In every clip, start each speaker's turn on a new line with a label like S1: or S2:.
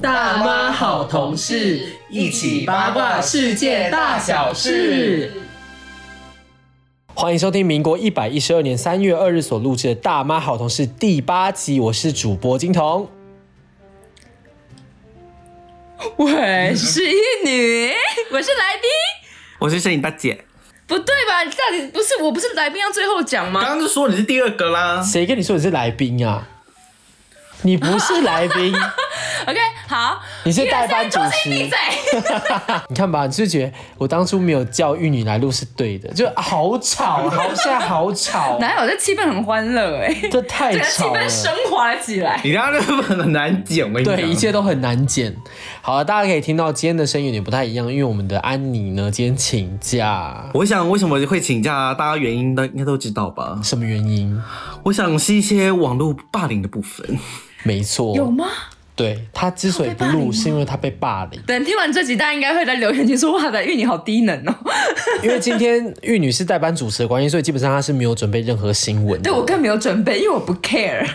S1: 大妈好同事，一起八卦世界大小事。
S2: 欢迎收听民国一百一十二年三月二日所录制的《大妈好同事》第八集，我是主播金童。
S3: 我哎是一女，我是来宾，
S4: 我是摄影大姐，
S3: 不对吧？你到底不是我不是来宾要最后讲
S4: 刚
S3: 吗？
S4: 刚就说你是第二个啦。
S2: 谁跟你说你是来宾啊？你不是来宾，
S3: OK，好，
S2: 你是代班主
S3: 一二三
S2: 持
S3: 恭喜闭嘴。
S2: 你看吧，你是不是觉得我当初没有叫玉女来录是对的，就好吵，好 现在好吵，
S3: 哪有这气氛很欢乐哎、
S2: 这太
S3: 整个气
S2: 吵了
S3: 氛。升华起来。
S4: 你刚刚那个很难剪，我跟你讲。
S2: 对，一切都很难剪。好了，大家可以听到今天的声音有点不太一样，因为我们的安妮呢今天请假，
S4: 我想为什么会请假，大家原因都应该都知道吧？
S2: 什么原因？
S4: 我想是一些网络霸凌的部分。
S2: 没错，
S3: 有吗？
S2: 对她之所以不录，是因为她被霸凌。
S3: 等听完这集，大家应该会在留言区说：“哇的，玉你好低能哦、
S2: 因为今天玉女是代班主持的关系，所以基本上她是没有准备任何新闻的。
S3: 对我更没有准备，因为我不 care。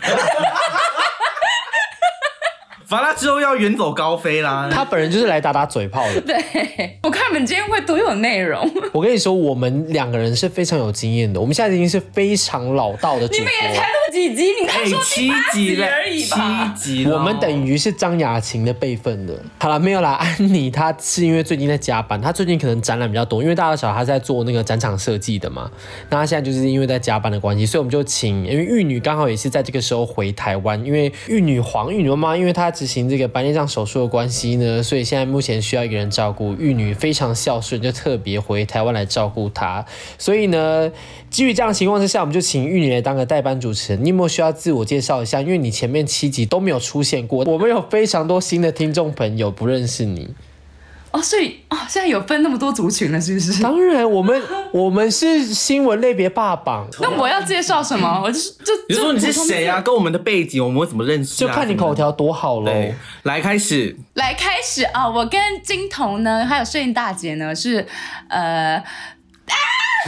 S4: 完了之后要远走高飞啦。
S2: 她本人就是来打打嘴炮的。
S3: 对，我看你们今天会多有内容，
S4: 哦
S3: 你
S2: 我跟你说，我们两个人是非常有经验的，我们现在已经是非常老道的主
S3: 们也
S2: 播。
S3: 才录几集，你
S4: 哎
S3: 刚说第
S4: 七
S3: 八
S4: 集
S3: 集
S4: 了
S3: 而，已吧？
S4: 七集了，
S2: 我们等于是张雅琴的辈分的。好了，没有啦， 安妮她是因为最近在加班，她最近可能展览比较多，因为大家都晓得她是在做那个展场设计的嘛。那她现在就是因为在加班的关系，所以我们就请，因为玉女刚好也是在这个时候回台湾，因为玉女黄玉女妈妈，因为她执行这个白内障手术的关系呢，所以现在目前需要一个人照顾。玉女非常孝顺，就特别回台湾来照顾她。所以呢，基于这样的情况之下，我们就请玉女来当个代班主持人。你有没有需要自我介绍一下？因为你前面七集都没有出现过，我们有非常多新的听众朋友不认识你。
S3: 哦，所以哦，现在有分那么多族群了，是不是？
S2: 当然，我们 我们是新闻类别霸榜，
S3: 那我要介绍什么？我就是就
S4: 你就说你是谁啊？？跟我们的背景，我们会怎么认识、
S2: 就
S4: 啊？
S2: 看你口
S4: 什么
S2: 条多好
S4: 的。
S2: 喽
S4: 对。，来开始。
S3: 来开始啊、我跟金童呢，还有摄影大姐呢，是呃。 啊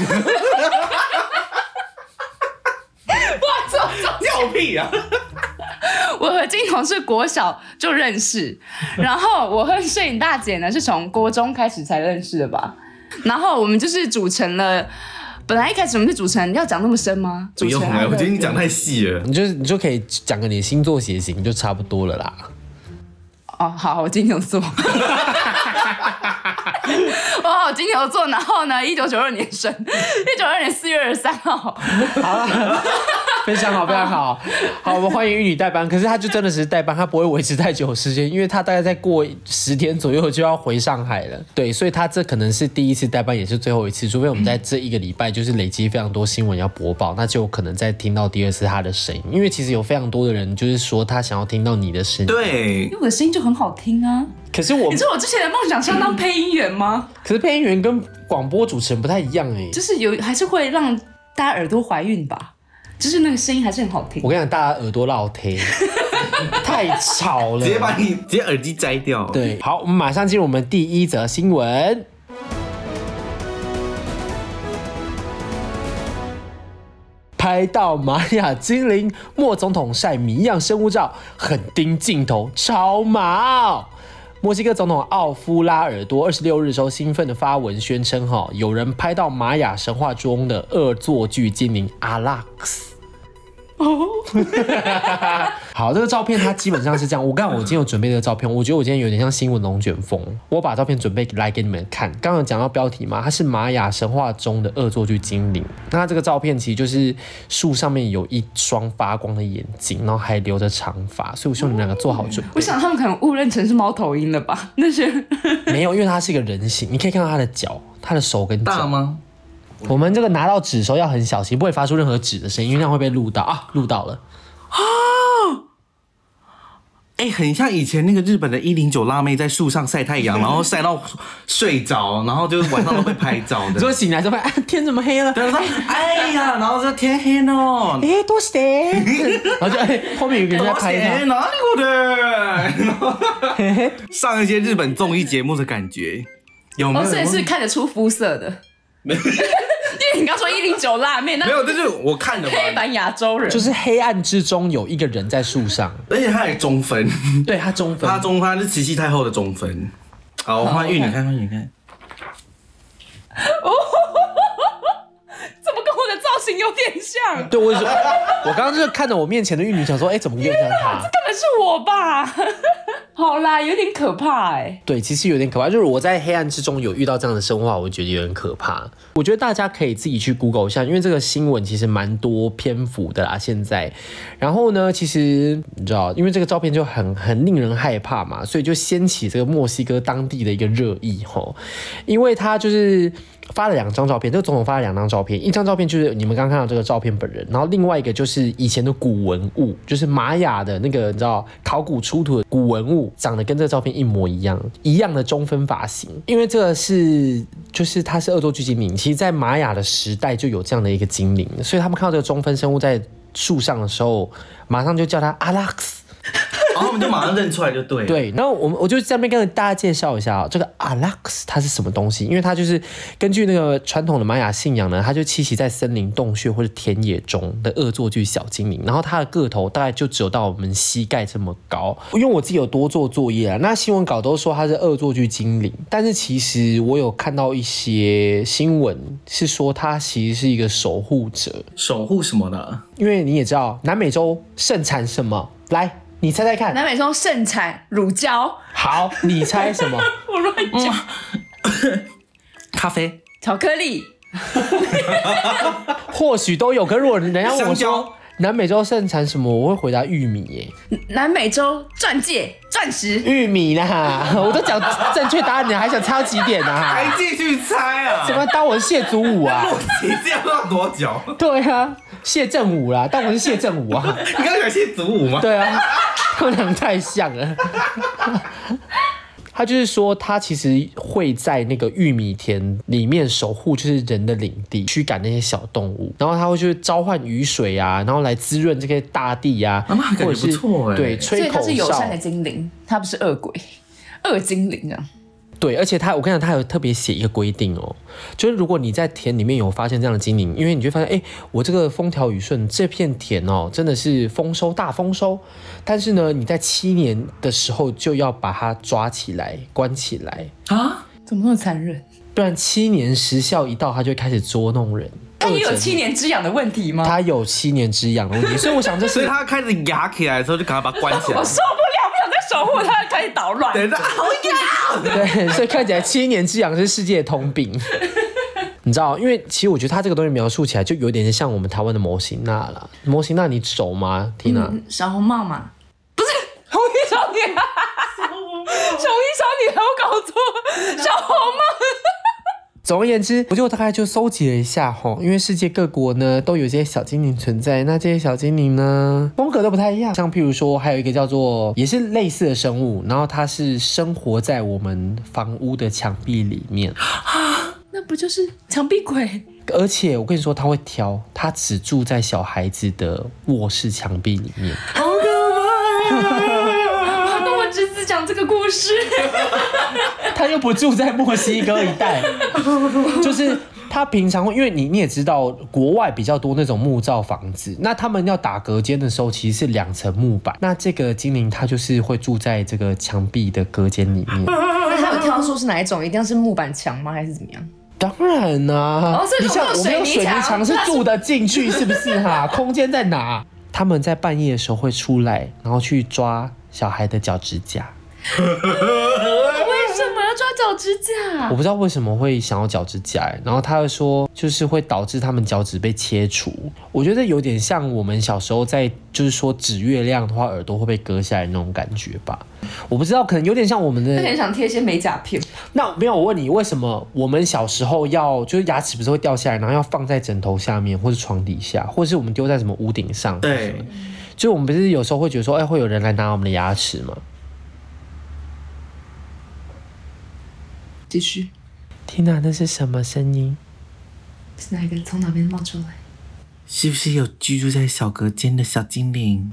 S3: 哇走走
S4: 尿屁啊！
S3: 我和金童是国小就认识，然后我和摄影大姐呢是从国中开始才认识的吧，然后我们就是组成了，本来一开始我们是组成，要讲那么深吗？
S4: 不
S3: 组成
S4: 用
S3: 啊
S4: 了，哎我觉得你讲太细了。
S2: 你就你就可以讲个你的星座血型就差不多了啦。
S3: 哦，好，我金牛座。 哦，金牛座，然后呢，一九九二年生，一九二年四月二十三号。
S2: 好了， 非常好，非常好。好，我们欢迎玉女代班，可是她就真的只是代班，她不会维持太久的时间，因为她大概再过十天左右就要回上海了。对，所以她这可能是第一次代班，也是最后一次，除非我们在这一个礼拜就是累积非常多新闻要播报，那就有可能再听到第二次她的声音，因为其实有非常多的人就是说她想要听到你的声音。
S4: 对
S3: 因，为我的声音就很好听啊！
S2: 可是我
S3: 你
S2: 们
S3: 知，道我之前的梦想是要当配音员吗？
S2: 可是配音员跟广播主持人不太一样哎、
S3: 就是有，还是会让大家耳朵怀孕吧？就是那个声音还是很好听
S2: 我。跟你讲，大家耳朵落听，太吵了，
S4: 直接把你直接耳机摘掉。，
S2: 对，哦好，我们马上进入我们第一则新闻。拍到玛雅精灵，莫总统晒谜样生物照，狠盯镜头，超毛。墨西哥总统奥夫拉尔多二十六日时候兴奋的发文宣称，哈，有人拍到玛雅神话中的恶作剧精灵阿拉克斯。哦 好，这个照片它基本上是这样。我刚我今天有准备这个照片，我觉得我今天有点像新闻龙卷风。我把照片准备来给你们看。刚刚有讲到标题嘛，它是玛雅神话中的恶作剧精灵。那它这个照片其实就是树上面有一双发光的眼睛，然后还留着长发，所以我希望你们两个做好准备。
S3: 我想他们可能误认成是猫头鹰了吧？那些
S2: 没有，因为它是一个人形，你可以看到它的脚、它的手跟
S4: 大
S2: 脚。
S4: 吗？
S2: 我们这个拿到纸的时候要很小心，不会发出任何纸的声音，因为那样会被录到啊，录到了。
S4: 哎、很像以前那个日本的一零九辣妹在树上晒太 阳，然后晒到睡着，然后就是晚上都被拍照
S2: 你说
S4: 的。
S2: 醒来就发现、啊、天怎么黑了？
S4: 对，我说哎呀，然后说天黑了，
S2: 哎，多谢。然后就哎、后面有个人在拍他，
S4: 哪里我的？ 上一些日本综艺节目的感觉有没
S3: 哦，
S4: 有？
S3: 所以是看得出肤色的。因为你刚说一零九辣妹，那
S4: 没有，但是我看的嘛，
S3: 黑板亚洲人
S2: 就是黑暗之中有一个人在树上，
S4: 而且他还中 分，
S2: 对他中分
S4: 他，中他是慈禧太后的中分。好，换玉你看，换玉你看，
S3: 怎么跟我的造型有点像？
S2: 对 我也是，我刚刚就是看着我面前的玉女，想说，哎、怎么有点像他？
S3: 根本是我吧？ 好啦，有点可怕哎、
S2: 对，其实有点可怕。就是我在黑暗之中有遇到这样的生活，我觉得有点可怕。我觉得大家可以自己去 Google 一下，因为这个新闻其实蛮多篇幅的啦。现在，然后呢，其实你知道，因为这个照片就很很令人害怕嘛，所以就掀起这个墨西哥当地的一个热议吼，因为他就是。发了两张照片，这个总统发了两张照片，一张照片就是你们刚刚看到这个照片本人，然后另外一个就是以前的古文物，就是玛雅的那个你知道考古出土的古文物，长得跟这个照片一模一样，一样的中分发型，因为这个是就是它是恶作剧精灵，其实在玛雅的时代就有这样的一个精灵，所以他们看到这个中分生物在树上的时候，马上就叫它阿拉克斯。
S4: 然后哦我们就马上认出来就对了。
S2: 对，然后我们我就在那边跟大家介绍一下啊、这个 Alex 它是什么东西，因为它就是根据那个传统的玛雅信仰呢，它就栖息在森林、洞穴或者田野中的恶作剧小精灵，然后它的个头大概就只有到我们膝盖这么高。因为我自己有多做作业啊，那新闻稿都说它是恶作剧精灵，但是其实我有看到一些新闻是说它其实是一个守护者，
S4: 守护什么的？
S2: 因为你也知道南美洲盛产什么，来。你猜猜看，
S3: 南美洲盛产乳胶，
S2: 好，你猜什么？
S3: 我乱讲，
S4: 咖啡、
S3: 嗯巧克力，
S2: 或许都有，可是如果人家问我
S4: 香蕉
S2: 说南美洲盛产什么，我会回答玉米耶，
S3: 南美洲钻戒、钻石，
S2: 玉米啦， 我都讲正确答案，你还想猜到几点 啊？
S4: 还哎继续猜啊？
S2: 怎么当我是谢祖武啊？
S4: 你这样要多久？
S2: 对啊，谢振武啦，当我是谢振武 啊？
S4: 你刚才是祖舞吗？
S2: 对啊，他们俩太像了。 他就是说，他其实会在那个玉米田里面守护，就是人的领地，驱赶那些小动物，然后他会去召唤雨水啊，然后来滋润这些大地啊，
S4: 啊那感觉
S2: 或者是
S4: 不错欸
S2: 对，
S3: 所
S2: 吹
S3: 以它
S2: 口
S3: 是友
S2: 哨
S3: 善，的精灵，它不是恶鬼，恶精灵啊这样。
S2: 对，而且他，我跟你讲，他有特别写一个规定哦，就是如果你在田里面有发现这样的精灵，因为你就会发现，哎，我这个风调雨顺，这片田哦，真的是丰收大丰收，但是呢，你在七年的时候就要把它抓起来，关起来，
S4: 啊，
S3: 怎么那么残忍？
S2: 不然七年时效一到，它就会开始捉弄人。
S3: 他也有
S2: 恶整
S3: 七年之痒的问题吗？
S2: 它有七年之痒的问题，所以我想这
S4: 所以
S2: 是
S4: 他开始压起来的时候，就赶快把它关起 来
S3: 我。受不了，不想再守护它，开始捣乱。
S4: 等一下，好痒！
S2: 对，所以看起来七年之痒是世界通病。你知道，因为其实我觉得它这个东西描述起来就有点像我们台湾的模型那啦。模型那你熟吗，Tina？、
S3: 小红帽嘛，不是红衣小女孩，红衣 小女孩，我搞 错，小红帽。
S2: 总而言之，我就大概就搜集了一下吼，因为世界各国呢都有一些小精灵存在，那这些小精灵呢风格都不太一样，像譬如说还有一个叫做也是类似的生物，然后它是生活在我们房屋的墙壁里面，
S3: 那不就是墙壁鬼？
S2: 而且我跟你说它会挑，它只住在小孩子的卧室墙壁里面。
S3: 那我侄子讲这个故 事，
S2: 他又不住在墨西哥一 带，就是他平常会，因为你你也知道，国外比较多那种木造房子，那他们要打隔间的时候，其实是两层木板。那这个精灵它就是会住在这个墙壁的隔间里面。
S3: 那他有挑说是哪一种？一定要是木板墙吗？还是怎么样？
S2: 当然啦、
S3: 哦所以
S2: 你像
S3: 如
S2: 我
S3: 果
S2: 们
S3: 有
S2: 有
S3: 水泥
S2: 水泥
S3: 墙
S2: 墙是住得进去，是不是哈、 空间在哪？他们在半夜的时候会出来，然后去抓小孩的脚趾甲。
S3: 为什么要抓脚趾 甲
S2: 我？不知道为什么会想要脚趾甲欸，然后他会说，就是会导致他们脚趾被切除。我觉得有点像我们小时候在，就是说指月亮的话，耳朵会被割下来那种感觉吧。我不知道，可能有点像我们
S3: 有点
S2: 的。
S3: 想贴一些美甲片，
S2: 那没有，我问你，为什么我们小时候要，就是牙齿不是会掉下来，然后要放在枕头下面，或是床底下，或是我们丢在什么屋顶上？，
S4: 对，
S2: 就是我们不是有时候会觉得说，哎、会有人来拿我们的牙齿吗？
S3: 继续
S2: 天哪，那是什么声音？
S3: 是哪一个从哪边冒出来？
S4: 是不是有居住在小隔间的小精灵？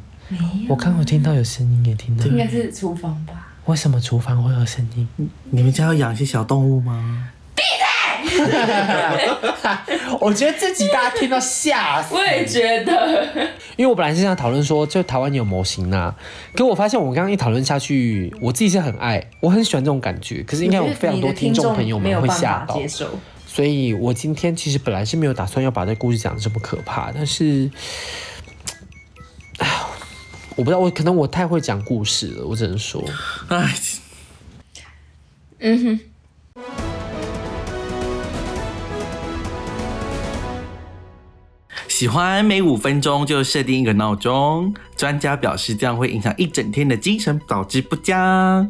S2: 我刚好听到有声音，也听到。
S3: 应该是厨房吧。
S2: 为什么厨房会有声音？
S4: 你们家有养一些小动物吗？
S2: 我觉得自己大家听到吓死，
S3: 我也 觉得，
S2: 因为我本来是想讨论说，就台湾有模型啊，可我发现我们刚刚一讨论下去，我自己是很爱，我很喜欢这种感觉，可是应该有非常多听众朋友
S5: 没
S2: 们
S5: 有
S2: 会
S5: 办
S2: 吓
S5: 法
S2: 到
S5: 接，受。
S2: 所以我今天其实本来是没有打算要把这故事讲得这么可怕，但是，哎，我不知道，我可能我太会讲故事了，我只能说，
S4: 哎，
S5: 嗯哼，
S4: 喜欢每五分钟就设定一个闹钟，专家表示这样会影响一整天的精神，导致不佳。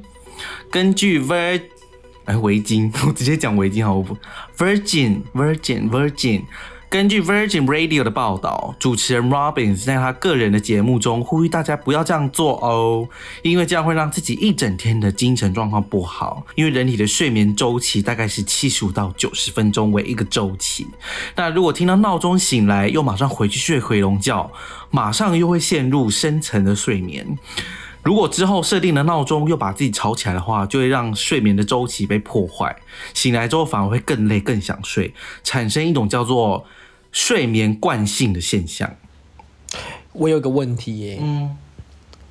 S4: 根据 Vir，哎维京，我直接讲维京好不？Virgin Virgin Virgin。根据 Virgin Radio 的报道，主持人 Robbins 在他个人的节目中呼吁大家不要这样做哦，因为这样会让自己一整天的精神状况不好。因为人体的睡眠周期大概是七十五到九十分钟为一个周期，那如果听到闹钟醒来，又马上回去睡回笼觉，马上又会陷入深层的睡眠。如果之后设定的闹钟又把自己吵起来的话，就会让睡眠的周期被破坏，醒来之后反而会更累、更想睡，产生一种叫做睡眠惯性的现象。
S2: 我有个问题耶、
S4: 嗯，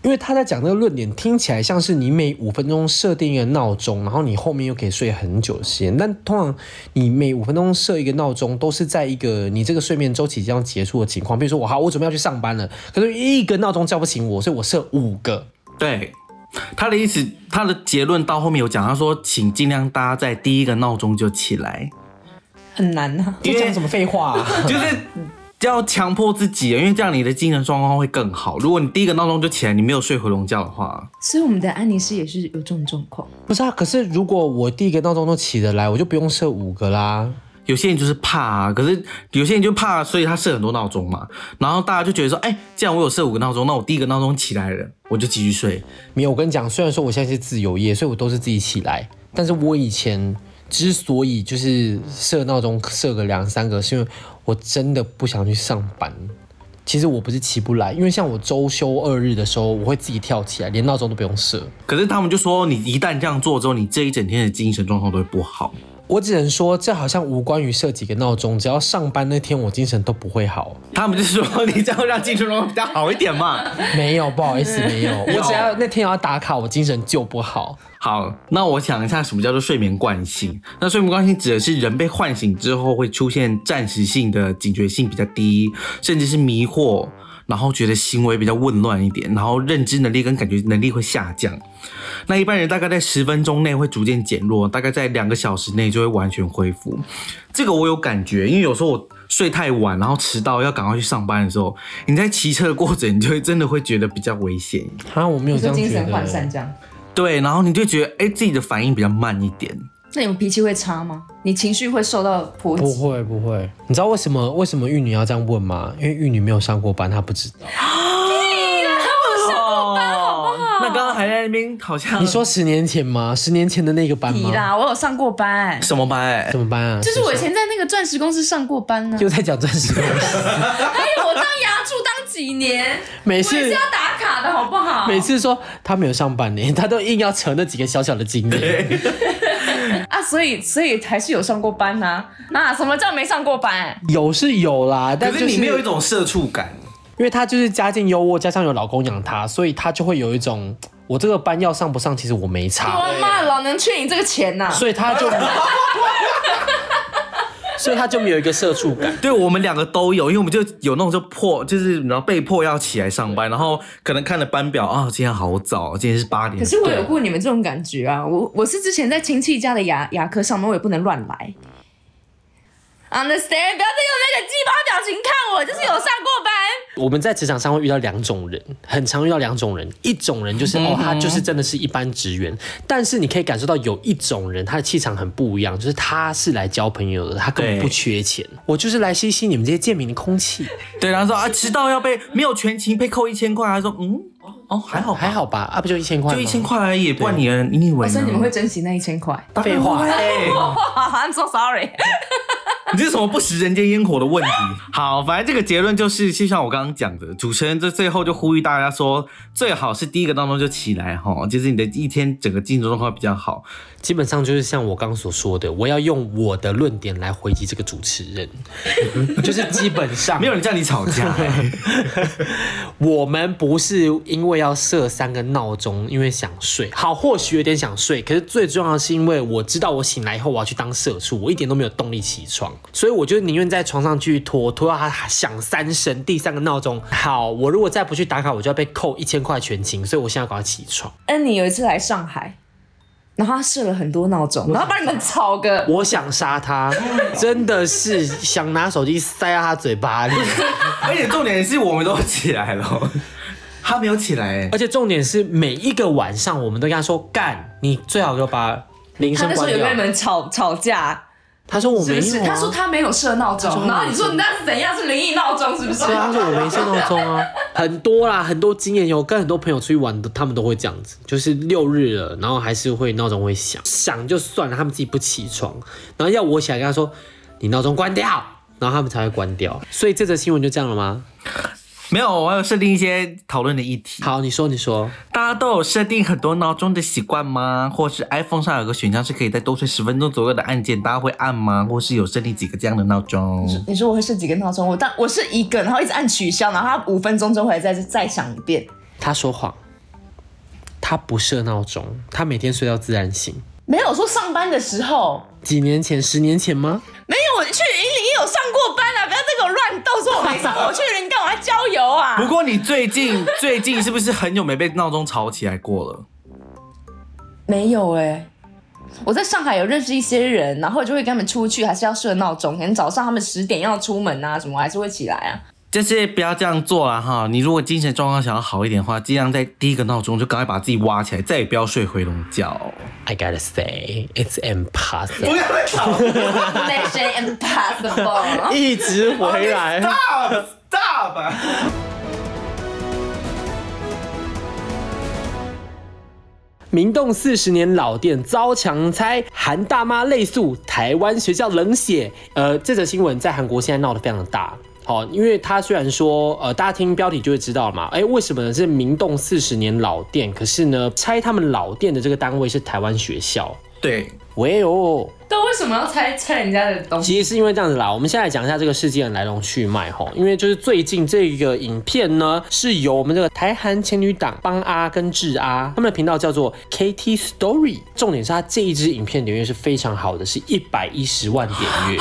S2: 因为他在讲这个论点，听起来像是你每五分钟设定一个闹钟，然后你后面又可以睡很久的时间。但通常你每五分钟设一个闹钟，都是在一个你这个睡眠周期即将结束的情况。比如说我好，我准备要去上班了，可是一个闹钟叫不醒我，所以我设五个。
S4: 对。他的意思，他的结论到后面有讲，他说，请尽量大家在第一个闹钟就起来，
S5: 很难啊。
S2: 你讲什么废话、啊？
S4: 就是要强迫自己，因为这样你的精神状况会更好。如果你第一个闹钟就起来，你没有睡回笼觉的话，
S5: 所以我们的安妮师也是有这种状况，
S2: 不是啊，可是如果我第一个闹钟都起得来，我就不用设五个啦。
S4: 有些人就是怕、啊，可是有些人就怕，所以他设很多闹钟嘛。然后大家就觉得说，哎、既然我有设五个闹钟，那我第一个闹钟起来了，我就继续睡。
S2: 没有，我跟你讲，虽然说我现在是自由业，所以我都是自己起来，但是我以前之所以就是设闹钟设个两三个，是因为我真的不想去上班。其实我不是起不来，因为像我周休二日的时候，我会自己跳起来，连闹钟都不用设。
S4: 可是他们就说，你一旦这样做之后，你这一整天的精神状况都会不好。
S2: 我只能说，这好像无关于设几个闹钟，只要上班那天我精神都不会好。
S4: 他们就说，你这样让精神状况比较好一点嘛。
S2: 没有，不好意思，没有。 我只要那天要打卡，我精神就不好。
S4: 好，那我想一下什么叫做睡眠惯性。那睡眠惯性指的是人被唤醒之后会出现暂时性的警觉性比较低，甚至是迷惑，然后觉得行为比较混乱一点，然后认知能力跟感觉能力会下降。那一般人大概在十分钟内会逐渐减弱，大概在两个小时内就会完全恢复。这个我有感觉，因为有时候我睡太晚，然后迟到要赶快去上班的时候，你在骑车的过程，你就会真的会觉得比较危险。
S2: 啊，我没有
S5: 你
S2: 这
S5: 说
S2: 样觉得。
S5: 精神涣散这样。
S4: 对，然后你就觉得哎、自己的反应比较慢一点。
S5: 那你们脾气会差吗？你情绪会受到波
S2: 不
S5: 及？
S2: 会不会，你知道为什么为什么玉女要这样问吗？因为玉女没有上过班，她不知道。
S3: 啊
S4: 哦，那刚刚还在那边好像
S2: 你说十年前吗？十年前的那个班
S5: 你
S2: 嗯吗？
S5: 啦，我有上过班，
S4: 什么班、哎
S2: 怎么办啊？
S3: 就是我以前在那个钻石公司上过班
S5: 啊
S3: 呢、
S2: 又在讲钻石公司，
S3: 还
S5: 哎
S3: 有我当牙柱当几年，
S2: 每
S3: 我也是
S2: 次
S3: 要打卡的好不好？
S2: 每次说她没有上班呢，她都硬要扯那几个小小的经历。
S3: 啊，所以所以还是有上过班呐、啊。什么叫没上过班？
S2: 有是有啦，但
S4: 可是
S2: 就
S4: 你
S2: 是
S4: 没有一种社畜感，
S2: 因为她就是家境优渥，加上有老公养她，所以她就会有一种我这个班要上不上，其实我没差。
S3: 我妈老能劝你这个钱呐、
S2: 所以她就， 所以她就没有一个社畜感。
S4: 对我们两个都有，因为我们就有那种就迫，就是然后被迫要起来上班，然后可能看了班表啊，今天好早，今天是八点。
S5: 可是我有过你们这种感觉啊。我我是之前在亲戚家的牙牙科上班，我也不能乱来。Understand？不要再用那个鸡巴表情看我，就是有上过班。
S2: 我们在职场上会遇到两种人，很常遇到两种人，一种人就是哦，他就是真的是一般职员，但是你可以感受到有一种人，他的气场很不一样，就是他是来交朋友的，他根本
S4: 对
S2: 不缺钱，我就是来吸吸你们这些贱民的空气，
S4: 对，然后说啊，迟到要被没有全勤被扣一千块，他说嗯，哦还好吧
S2: 还，好吧？啊，不就一千块吗？
S4: 就一千块而已，不然你你以为
S5: 我
S4: 呢？
S5: 说你们会珍惜那一千块。
S4: 当然会
S2: 废话
S4: 啊哎
S5: I'm so sorry。
S4: 你这是什么不食人间烟火的问题？好，反正这个结论就是，就像我刚刚讲的，主持人这最后就呼吁大家说，最好是第一个闹钟就起来哈，就是你的一天整个精神状况比较好。
S2: 基本上就是像我刚所说的，我要用我的论点来回击这个主持 人，就是基本上
S4: 没有人叫你吵 架、欸
S2: 我们不是因为要设三个闹钟，因为想睡。好，或许有点想睡，可是最重要的是因为我知道我醒来以后啊我要去当社畜，我一点都没有动力起床，所以我就宁愿在床上继续拖，拖到他响三声，第三个闹钟。好，我如果再不去打卡，我就要被扣一千块全勤，所以我现在要赶快起床。
S5: 恩妮有一次来上海，然后她设了很多闹钟，然后把你们吵个。
S2: 我想杀他，真的是想拿手机塞到他嘴巴里。
S4: 而且重点是我们都起来了，他没有起来、欸
S2: 而，且重点是，每一个晚上我们都跟他说干，你最好给我把铃
S5: 她
S2: 声
S5: 那时候
S2: 关
S5: 有
S2: 掉
S5: 跟你。们吵吵架，
S2: 他说我没
S5: 是
S2: 有、
S5: 不
S2: 啊，
S5: 是？她说她没有设闹钟，然后你说那是怎样？是灵异闹钟是不是？
S2: 对 啊，他说我没设闹钟啊，很多啦，很多经验有跟很多朋友出去玩的，他们都会这样子，就是六日了，然后还是会闹钟会响，响就算了，他们自己不起床，然后要我起来跟他说你闹钟关掉，然后他们才会关掉，所以这则新闻就这样了吗？
S4: 没有，我有设定一些讨论的议题。
S2: 好，你说你说，
S4: 大家都有设定很多闹钟的习惯吗？或是 iPhone 上有个选项是可以再多睡十分钟左右的按键，大家会按吗？或是有设定几个这样的闹钟？
S5: 你说我会设几个闹钟？我当我是一个，然后一直按取消，然后他五分钟之后回来再再响一遍。
S2: 他说谎，他不设闹钟，他每天睡到自然醒。
S5: 没有说上班的时候，
S2: 几年前，十年前吗？
S5: 没有我去云林有上过班啊！不要再给我乱斗，说我没上过，我去云林干嘛郊游啊？
S4: 不过你 最近最近是不是很久没被闹钟吵起来过了？
S5: 没有哎、我在上海有认识一些人，然后就会跟他们出去，还是要设闹钟，可能早上他们十点要出门啊，什么还是会起来啊。
S4: 就是不要这样做啊哈！你如果精神状况想要好一点的话，尽量在第一个闹钟就赶快把自己挖起来，再也不要睡回笼觉。
S2: I gotta say, it's impossible。
S4: 要再吵
S5: Mission impossible。
S2: 一直回来。
S4: Oh, ，stop 吧。
S2: 明洞四十年老店遭强拆，韩大妈泪诉台湾学校冷血。呃，这则新闻在韩国现在闹得非常大。好，因为它虽然说，呃，大家听标题就会知道了嘛，哎、为什么呢？是明洞四十年老店，可是呢，拆他们老店的这个单位是台湾学校。
S4: 对，
S2: 喂哦，
S5: 对，为什么要拆拆人家的东？
S2: 其实是因为这样子啦，我们先来讲一下这个事件的来龙去脉吼。因为就是最近这个影片呢，是由我们这个台韩前女党邦阿跟智阿他们的频道叫做 KT Story，重点是它这一支影片点阅是非常好的，是一百一十万点阅。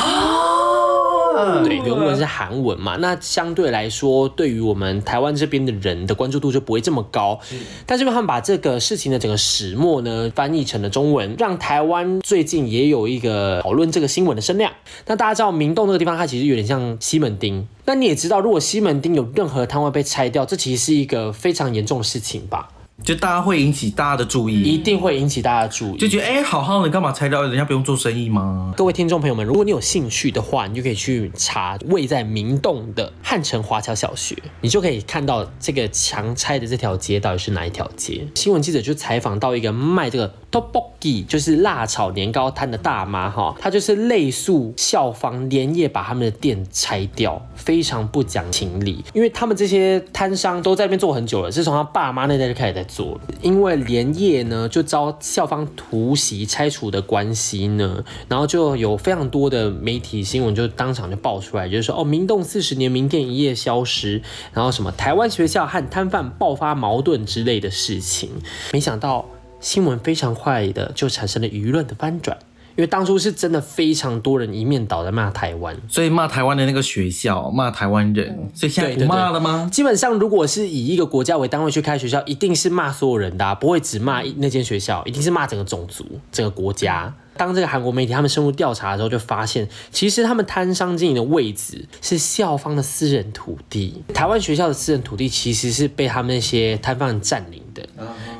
S2: 对，原文是韩文嘛，那相对来说，对于我们台湾这边的人的关注度就不会这么高。但是因为他们把这个事情的整个始末呢翻译成了中文，让台湾最近也有一个讨论这个新闻的声量。那大家知道明洞那个地方，它其实有点像西门町。那你也知道，如果西门町有任何摊位被拆掉，这其实是一个非常严重的事情吧，
S4: 就大家会引起大家的注
S2: 一
S4: 意，
S2: 定会引起大家的注意。
S4: 就觉得哎、好好的干嘛拆掉？人家不用做生意吗？
S2: 各位听众朋友们，如果你有兴趣的话，你就可以去查位在明洞的汉城华侨小学，你就可以看到这个强拆的这条街到底是哪一条街。新闻记者就采访到一个卖这个 tteokbokki，就是辣炒年糕摊的大妈哈，她就是类诉校方连夜把他们的店拆掉，非常不讲情理。因为他们这些摊商都在那边做很久了，是从他爸妈那代就开始在做了。因为连夜呢就遭校方突袭拆除的关系呢，然后就有非常多的媒体新闻就当场就爆出来，就是说哦，明洞四十年名店一夜消失，然后什么台湾学校和摊贩爆发矛盾之类的事情。没想到新闻非常快的就产生了舆论的翻转。因为当初是真的非常多人一面倒在骂台湾，
S4: 所以骂台湾的那个学校，骂台湾人，所以现在
S2: 嗯对
S4: 不
S2: 对对
S4: 骂了吗？
S2: 基本上，如果是以一个国家为单位去开学校，一定是骂所有人的、啊，不会只骂一那间学校，一定是骂整个种族、整个国家。当这个韩国媒体他们深入调查的时候，就发现其实他们摊商经营的位置是校方的私人土地，台湾学校的私人土地其实是被他们那些摊贩占领的。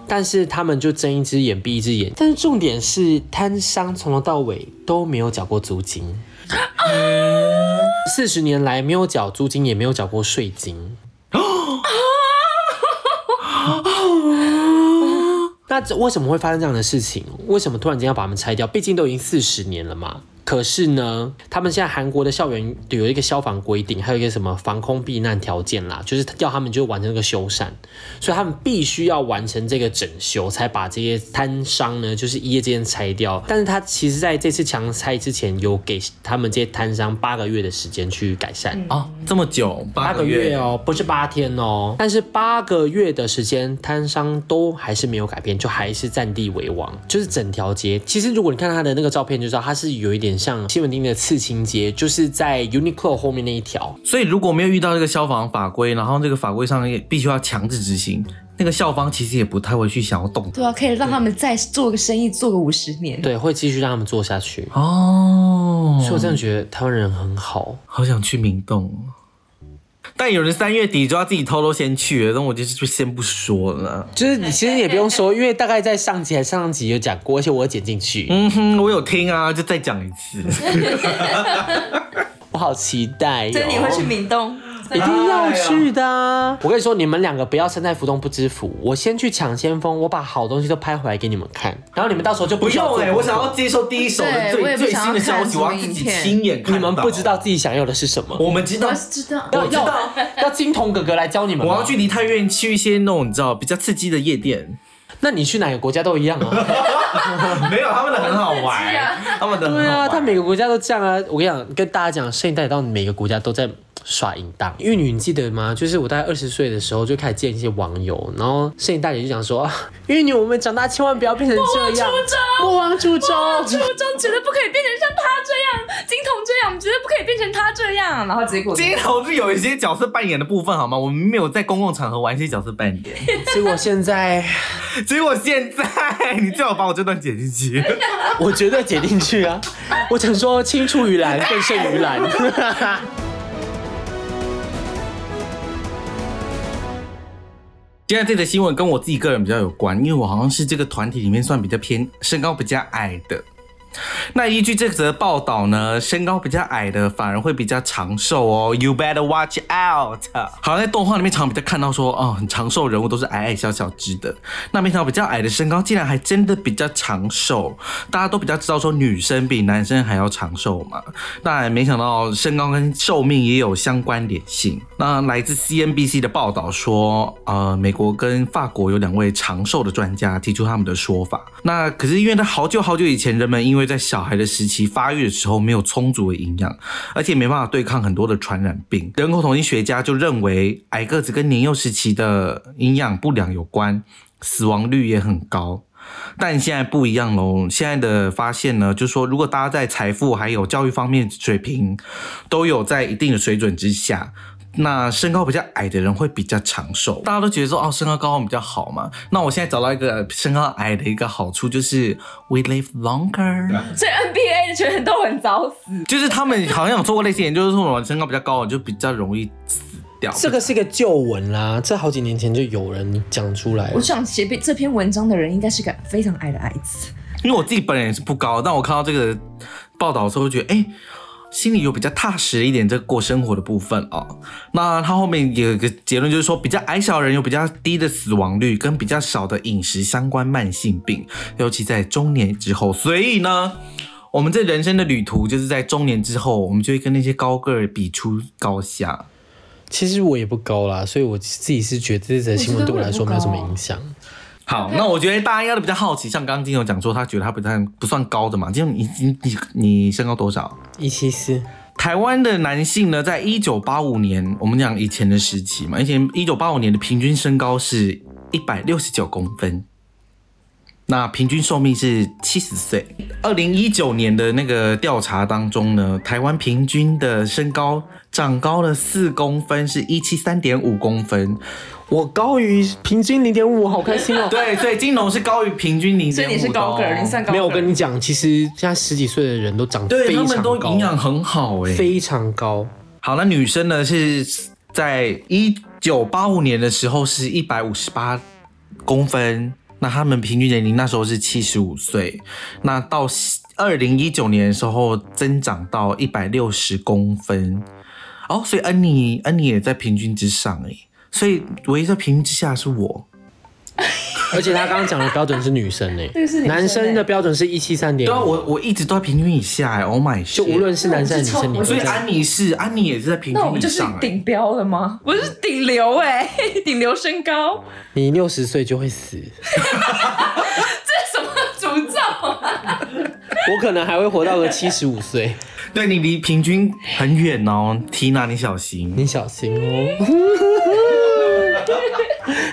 S2: 但是他们就睁一只眼闭一只眼，但是重点是摊商从头到尾都没有缴过租金，四十年来没有缴租金，也没有缴过税金，那这为什么会发生这样的事情？为什么突然间要把他们拆掉？毕竟都已经四十年了嘛。可是呢，他们现在韩国的校园有一个消防规定，还有一个什么防空避难条件啦，就是要他们就完成这个修缮，所以他们必须要完成这个整修，才把这些摊商呢，就是一夜之间拆掉。但是他其实在这次强拆之前，有给他们这些摊商八个月的时间去改善。
S4: 哦，这么久，
S2: 八个月哦，不是八天哦，但是八个月的时间，摊商都还是没有改变，就还是占地为王，就是整条街。其实如果你看他的那个照片，就知道它是有一点像西门町的刺青街，就是在 Uniqlo 后面那一条。
S4: 所以如果没有遇到这个消防法规，然后这个法规上也必须要强制执行，那个校方其实也不太会去想要动。
S5: 对啊，可以让他们再做个生意，做个五十年。
S2: 对，会继续让他们做下去。
S4: 哦，
S2: 所以我真的觉得台湾人很好，
S5: 嗯
S4: 好想去明洞哦，但有人三月底就要自己偷偷先去了，那我就是就先不说了。
S2: 就是你其实也不用说，因为大概在上集还上上集有讲过，而且我有剪进去，
S4: 嗯哼，我有听啊，就再讲一次。
S2: 我好期待、哦。
S5: 所以你会去明洞？
S2: 一定要去的啊、我跟你说，你们两个不要身在福中不知福。我先去抢先锋，我把好东西都拍回来给你们看，然后你们到时候就
S4: 不
S2: 需欸要
S4: 用
S2: 做
S4: 哎、
S2: 功
S4: 我
S2: 课
S4: 想要接受第一手的
S3: 对我
S4: 最
S3: 也不
S4: 最
S3: 想
S4: 新
S3: 要
S4: 的消
S3: 看
S4: 息，
S3: 什
S4: 我
S3: 么
S4: 要自己
S3: 影片
S4: 亲眼看
S2: 你
S4: 到。
S2: 们不知道自己想要的是什么。
S4: 我们知道
S3: 我，知道，
S2: 要要要金童哥哥来教你们。
S4: 我要去，离太远，去一些那种你知道比较刺激的夜 店。
S2: 那你去哪个国家都一样啊。
S4: 没有，他们的很好 玩，他们的很好玩
S2: 对啊，他每个国家都这样啊。我跟你讲，跟大家讲，摄影带到每个国家都在耍淫荡。玉女，你记得吗？就是我大概二十岁的时候就开始见一些网友，然后摄影大姐就讲说，啊玉女，我们长大千万不要变成这样，莫忘初衷，
S3: 初中绝对不可以变成像他这样，金童这样，绝对不可以变成他这样。然后结果
S4: 街头是有一些角色扮演的部分，好吗？我们没有在公共场合玩一些角色扮演。
S2: 结果现在。
S4: 结果现在， 你最好把我这段剪进去。
S2: 我绝对剪进去啊！我想说青出于蓝更胜于 蓝。
S4: 今天这则新闻跟我自己个人比较有关，因为我好像是这个团体里面算比较偏身高比较矮的。那依据这则报道呢，身高比较矮的反而会比较长寿哦，You better watch out。好像在动画里面常比较看到说，哦，很长寿人物都是矮矮小小只的。那没想到比较矮的身高竟然还真的比较长寿，大家都比较知道说女生比男生还要长寿嘛。当然，没想到身高跟寿命也有相关联性。那来自 CNBC 的报道说，呃，美国跟法国有两位长寿的专家提出他们的说法。那可是因为在好久好久以前，人们因为在小孩的时期发育的时候没有充足的营养，而且没办法对抗很多的传染病。人口统计学家就认为，矮个子跟年幼时期的营养不良有关，死亡率也很高。但现在不一样喽，现在的发现呢，就是说，如果大家在财富还有教育方面水平都有在一定的水准之下。那身高比较矮的人会比较长寿，大家都觉得说哦，身高高比较好嘛。那我现在找到一个身高矮的一个好处，就是 we live longer，
S3: 所以 NBA 的球员都很早死，
S4: 就是他们好像有做过类似研究，就是说我身高比较高，我就比较容易死掉。
S2: 这个是一个旧闻啦，这好几年前就有人讲出来
S5: 我
S2: 了。
S5: 想写这篇文章的人应该是个非常矮的矮子，
S4: 因为我自己本人也是不高，但我看到这个报道的时候，觉得哎、诶心里有比较踏实一点这个过生活的部分哦。那他后面有一个结论，就是说比较矮小的人有比较低的死亡率，跟比较少的饮食相关慢性病，尤其在中年之后。所以呢。我们这人生的旅途，就是在中年之后，我们就会跟那些高个儿比出高下。
S2: 其实我也不高啦，所以我自己是觉得这则新闻对我来说没有什么影响。
S4: 好，那我觉得大家应该都比较好奇，像刚刚金勇讲说，他觉得他不算不算高的嘛？金勇，你你你你身高多少？
S2: 一七四，
S4: 台湾的男性呢，在一九八五年，我们讲以前的时期嘛，以前一九八五年的平均身高是一百六十九公分，那平均寿命是七十岁。二零一九年的那个调查当中呢，台湾平均的身高长高了四公分，是一七三点五公分。
S2: 我高于平均零点五，好开心哦、
S4: 对，所以金龙是高于平均零点五、
S5: 所以你是高个儿，你算高个儿。
S2: 没有，我跟你讲，其实现在十几岁的人都长得
S4: 对
S2: 非
S4: 他
S2: 常
S4: 们都
S2: 高，
S4: 营养很好哎、
S2: 非常高。
S4: 好，那女生呢是在一九八五年的时候是一百五十八公分，那她们平均年龄那时候是七十五岁，那到二零一九年的时候增长到一百六十公分，哦，所以恩欸妮恩妮也在平均之上哎，所以唯一在平均之下是我。
S2: 而且他刚刚讲的标准是女生呢、
S3: 这个是女生欸
S2: 男生的标准是一七三点
S4: 对啊，
S2: 五，
S4: 我我一直都在平均以下哎，Oh my，
S2: 就
S4: shit
S2: 无论是男生还是女生，你
S4: 所
S2: 会
S4: 以
S2: 这样
S4: 安妮是安妮也是在平
S5: 那我
S4: 均
S5: 们
S4: 以
S5: 就是
S4: 上哎、
S5: 顶标了吗？
S3: 我是顶流哎、 顶流身高，
S2: 你六十岁就会死，
S3: 这什么诅咒 啊？
S2: 我可能还会活到个七十五岁，
S4: 对你离平均很远哦，Tina 你小心。
S2: 你小心哦。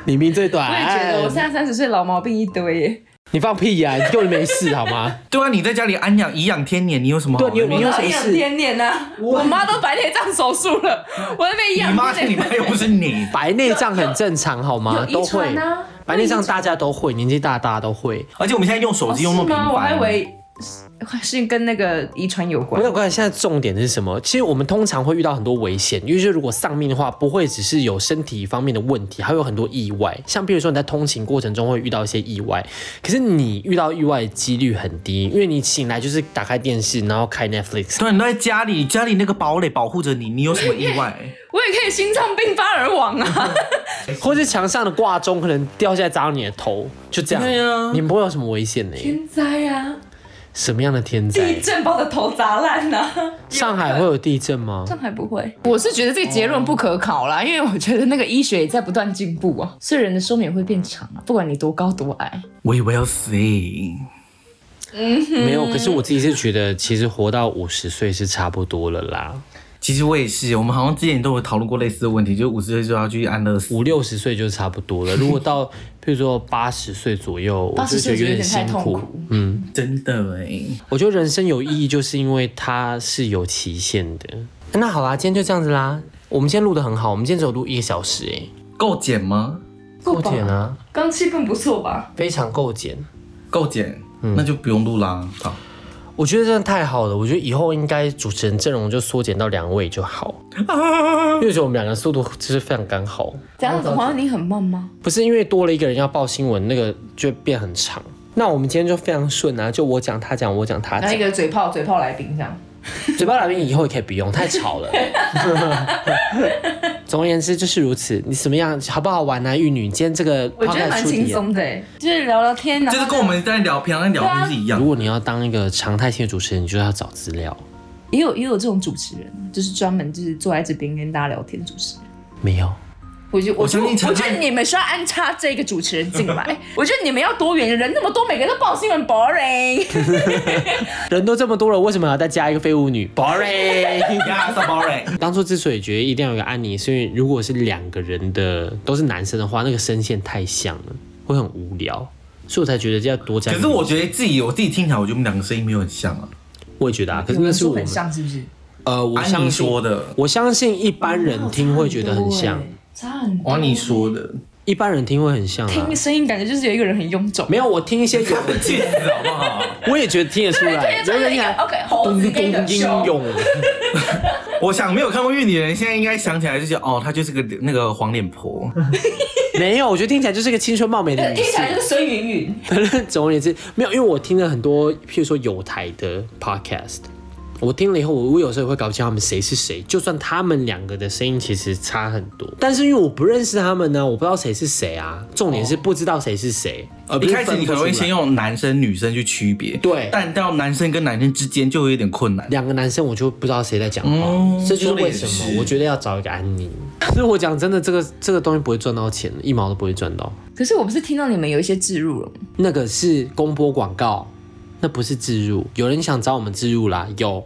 S2: 你命最短，
S3: 我也觉得我现在三十岁老毛病一堆耶、
S2: 你放屁呀、你根本没事好 吗？
S4: 对啊，你在家里安养颐养天年，你有什么好
S2: 对你有
S4: 那边
S2: 你有
S3: 我
S2: 什么
S3: 颐养
S2: 事？
S3: 天年呐、我妈都白内障手术了，我在被颐
S4: 你
S3: 养
S4: 妈是
S3: 天
S4: 你
S3: 年。
S4: 妈又 不是你。
S2: 白内障很正常好吗？
S5: 有
S2: 都
S5: 遗
S2: 会
S5: 传啊，
S2: 白内障大家都会，年纪大大家都会。
S4: 而且我们现在用 手机用那么频
S3: 吗？
S4: 繁，
S3: 我还以为是是跟那个遗传有关
S2: 没。有关系，现在重点是什么？其实我们通常会遇到很多危险，因为就是如果丧命的话，不会只是有身体方面的问题，还会有很多意外。像比如说你在通勤过程中会遇到一些意外，可是你遇到意外的几率很低，因为你醒来就是打开电视，然后开 Netflix。
S4: 对，你都在家里，家里那个堡垒保护着你，你有什么意外？
S3: 我也可以心脏病发而亡 啊！
S2: 或是墙上的挂钟可能掉下来砸到你的头，就这样，
S4: 对啊
S2: 你不会有什么危险呢、
S3: 天灾啊，
S2: 什么样的天
S3: 地
S2: 灾？
S3: 震把我的头砸烂呐、
S5: 啊
S2: 上海会有地震吗？
S3: 上海不会，
S5: 我是觉得这个结论不可考啦，因为我觉得那个医学也在不断进步啊，所以人的寿命也会变长啊，不管你多高多矮。
S4: We will see。
S2: 没有。可是我自己是觉得，其实活到五十岁是差不多了啦，
S4: 其实我也是，我们好像之前都有讨论过类似的问题，就是五十岁就要去安乐死。
S2: 五六十岁就差不多了。如 果到譬如说八十岁左右，我就
S5: 80
S2: 觉得
S5: 岁就有
S2: 点
S5: 点太
S2: 辛
S5: 痛
S2: 苦
S5: 苦。
S2: 嗯，
S4: 真的哎，
S2: 我觉得人生有意义，就是因为它是有期限的。那好啦，今天就这样子啦。我们今天录的很好，我们今天只有录一个小时、欸，
S4: 够减吗？
S2: 够
S5: 哦
S2: 剪啊，
S3: 刚气氛不错吧？
S2: 非常够剪。
S4: 够减，
S2: 嗯
S4: 那就不用录啦。好，
S2: 我觉得真的太好了，我觉得以后应该主持人阵容就缩减到两位 就好，因为我觉得我们两个速度就是非常刚好。
S5: 这样子好像你很慢吗？
S2: 不是因为多了一个人要报新闻，那个就变很长。那我们今天就非常顺啊，就我讲他讲，我讲他
S5: 然
S2: 讲
S5: 后一。个嘴炮嘴炮来宾这样，
S2: 嘴巴来宾以后也可以不用，太吵 了。总而言之就是如此。你怎么样，好不好玩呢、啊？玉女，今天这个
S3: 我觉得
S2: podcast
S3: 蛮
S2: 出
S3: 轻
S2: 题
S3: 松的、
S5: 啊
S3: 欸，就是聊聊天，然
S4: 就是
S3: 后
S4: 跟我们在聊平常在聊天是一样
S2: 如。果你要当一个常态性的主持人，你就要找资料。
S5: 也有也有这种主持人，就是专门就是坐在这边跟大家聊天的主持人。
S2: 没有，
S5: 我觉得
S4: 我
S5: 我觉
S4: 相
S5: 得
S4: 信陈
S5: 我觉
S4: 汉
S5: 得你们需要安插这个主持人进来，我觉得你们要多元，人那么多，每个人都报新闻 boring。
S2: 人都这么多了，为什么还要再加一个废物女？Boring。
S4: 呀，so boring。
S2: 当初之所以觉得一定要有个安妮，是因为如果是两个人的都是男生的话，那个声线太像了，会很无聊，所以我才觉得要多加一
S4: 可
S2: 个。
S4: 是我觉得自己我自己听起来，我觉得我们两个声音没有很像啊。
S2: 我也觉得啊，可是那 是我们
S5: 很像是不是？
S2: 呃，我
S4: 安妮
S2: 相
S4: 说
S2: 信，
S4: 的，哦
S2: 我相信一般人听会觉得很像，
S5: 差很多。
S4: 安妮说的，
S2: 一般人听会很像啊
S5: 听。声音感觉就是有一个人很臃肿，
S2: 没有，我听一些有，
S4: 气死好不好？
S2: 我也觉得听得出来，
S5: 对对对
S2: 来
S5: OK，猴子哦跟一个
S2: 咚咚
S5: 熊
S2: 咚咚
S4: 我想没有看过玉女的人，现在应该想起来就是哦，她就是个那个黄脸 婆。
S2: 没有，我觉得听起来就是个青春貌美的女
S5: 听起
S2: 性
S5: 来。就是孙云云。
S2: 反正总而言之，没有，因为我听了很多，譬如说有台的 podcast，我听了以后，我我有时候也会搞不清他们谁是谁。就算他们两个的声音其实差很多，但是因为我不认识他们呢，我不知道谁是谁啊。重点是不知道谁是谁，而呃不
S4: 哦一
S2: 是
S4: 开始你可能会先
S2: 用
S4: 用男生女生去区别，
S2: 对
S4: 但到男生跟男生之间就会有点困难。
S2: 两个男生，我就不知道谁在讲话。
S4: 嗯
S2: 这就是为
S4: 说
S2: 什
S4: 得也
S2: 么
S4: 是
S2: 我觉得要找一个安妮。所以我讲真的，这个这个东西不会赚到钱，一毛都不会赚到。
S5: 可是我不是听到你们有一些置入了吗？
S2: 那个是公播广告，那不是植入。有人想找我们植入啦，有。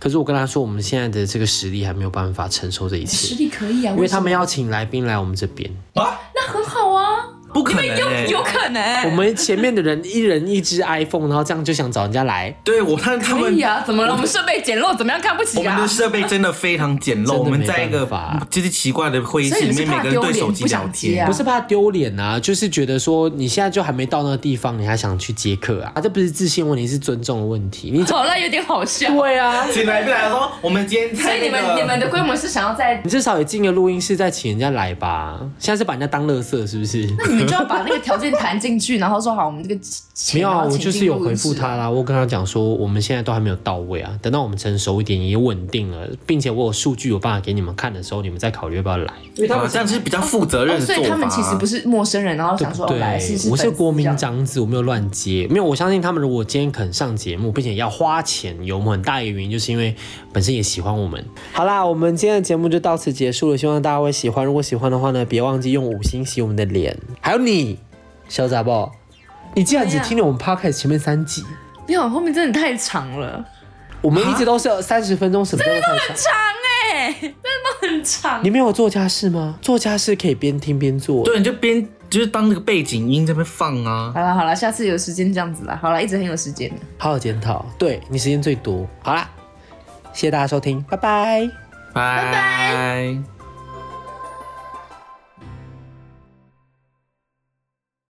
S2: 可是我跟他说，我们现在的这个实力还没有办法承受这一
S5: 实
S2: 切，
S5: 力可以啊，
S2: 因为他们要请来宾来我们这边，
S5: 那很好啊，
S4: 不可能、欸，
S5: 有可能。
S2: 我们前面的人一人一只 iPhone，然后这样就想找人家来，
S4: 对我看他
S5: 可
S4: 们
S5: 以啊，怎么了？我们设备简陋，怎么样看不
S4: 我
S5: 起
S4: 们
S5: 啊
S4: 的？设备真的非常简陋，
S2: 真的没
S4: 我们在一个
S2: 办法
S4: 就是奇怪的会议室
S5: 所以
S4: 里面，
S5: 你是
S4: 每
S5: 怕
S4: 个人对
S5: 丢
S4: 手机
S5: 脸不想
S4: 聊
S5: 接
S4: 天。
S5: 啊
S2: 不是怕丢脸啊，就是觉得说你现在就还没到那个地方，你还想去接客啊？啊这不是自信问题，是尊重的问题。你
S5: 好，那有点好笑。
S2: 对啊，
S4: 请来宾来说，我们今天
S5: 所
S4: 在
S5: 以你
S4: 那
S5: 们你
S4: 个
S5: 们的规模是想要在
S2: 你至少也进个录音室再请人家来吧，现在是把人家当乐色是不是？
S5: 你们
S3: 就要把那个条件谈进去，然后说好，我们这个
S2: 没
S3: 钱
S2: 有啊，
S3: 然后
S2: 我
S3: 请
S2: 就是
S3: 进
S2: 有
S3: 录
S2: 回
S3: 音
S2: 复
S5: 哦
S3: 室
S2: 他啦，我跟他讲说我们现在都还没有到位啊，等到我们成熟一点也稳定了，并且我有数据有办法给你们看的时候，你们再考虑要不要来，
S6: 因为他
S4: 好
S6: 们
S4: 像啊是比较负责任
S3: 哦，
S4: 的做
S3: 所
S4: 法。
S3: 以他们其实不
S4: 是
S3: 是陌生人，然后
S2: 对
S3: 想
S2: 不
S3: 说哦
S2: 啊对？
S3: 来试试。
S2: 我是国民
S3: 长。
S2: 长子，我没有乱接，没有，我相信他们如果今天肯上节目，并且要花钱，有很大一个原因就是因为本身也喜欢我们。好啦，我们今天的节目就到此结束了，希望大家会喜欢。如果喜欢的话呢，别忘记用五星洗我们的脸，还有你，小杂宝，你竟然只听了我们 podcast 前面三集。
S3: 没有，后面真的太长了，
S2: 我们一直都是三十分钟，什么都在看上。
S3: 长哎、真的很长。
S2: 你没有做家事吗？做家事可以边听边做。，
S4: 对，你就边就是当那个背景音在那边放啊。
S3: 好了好了，下次有时间这样子啦。好了，一直很有时间。
S2: 好好检讨。对你时间最多。好啦，谢谢大家收听，拜拜。
S4: 拜拜。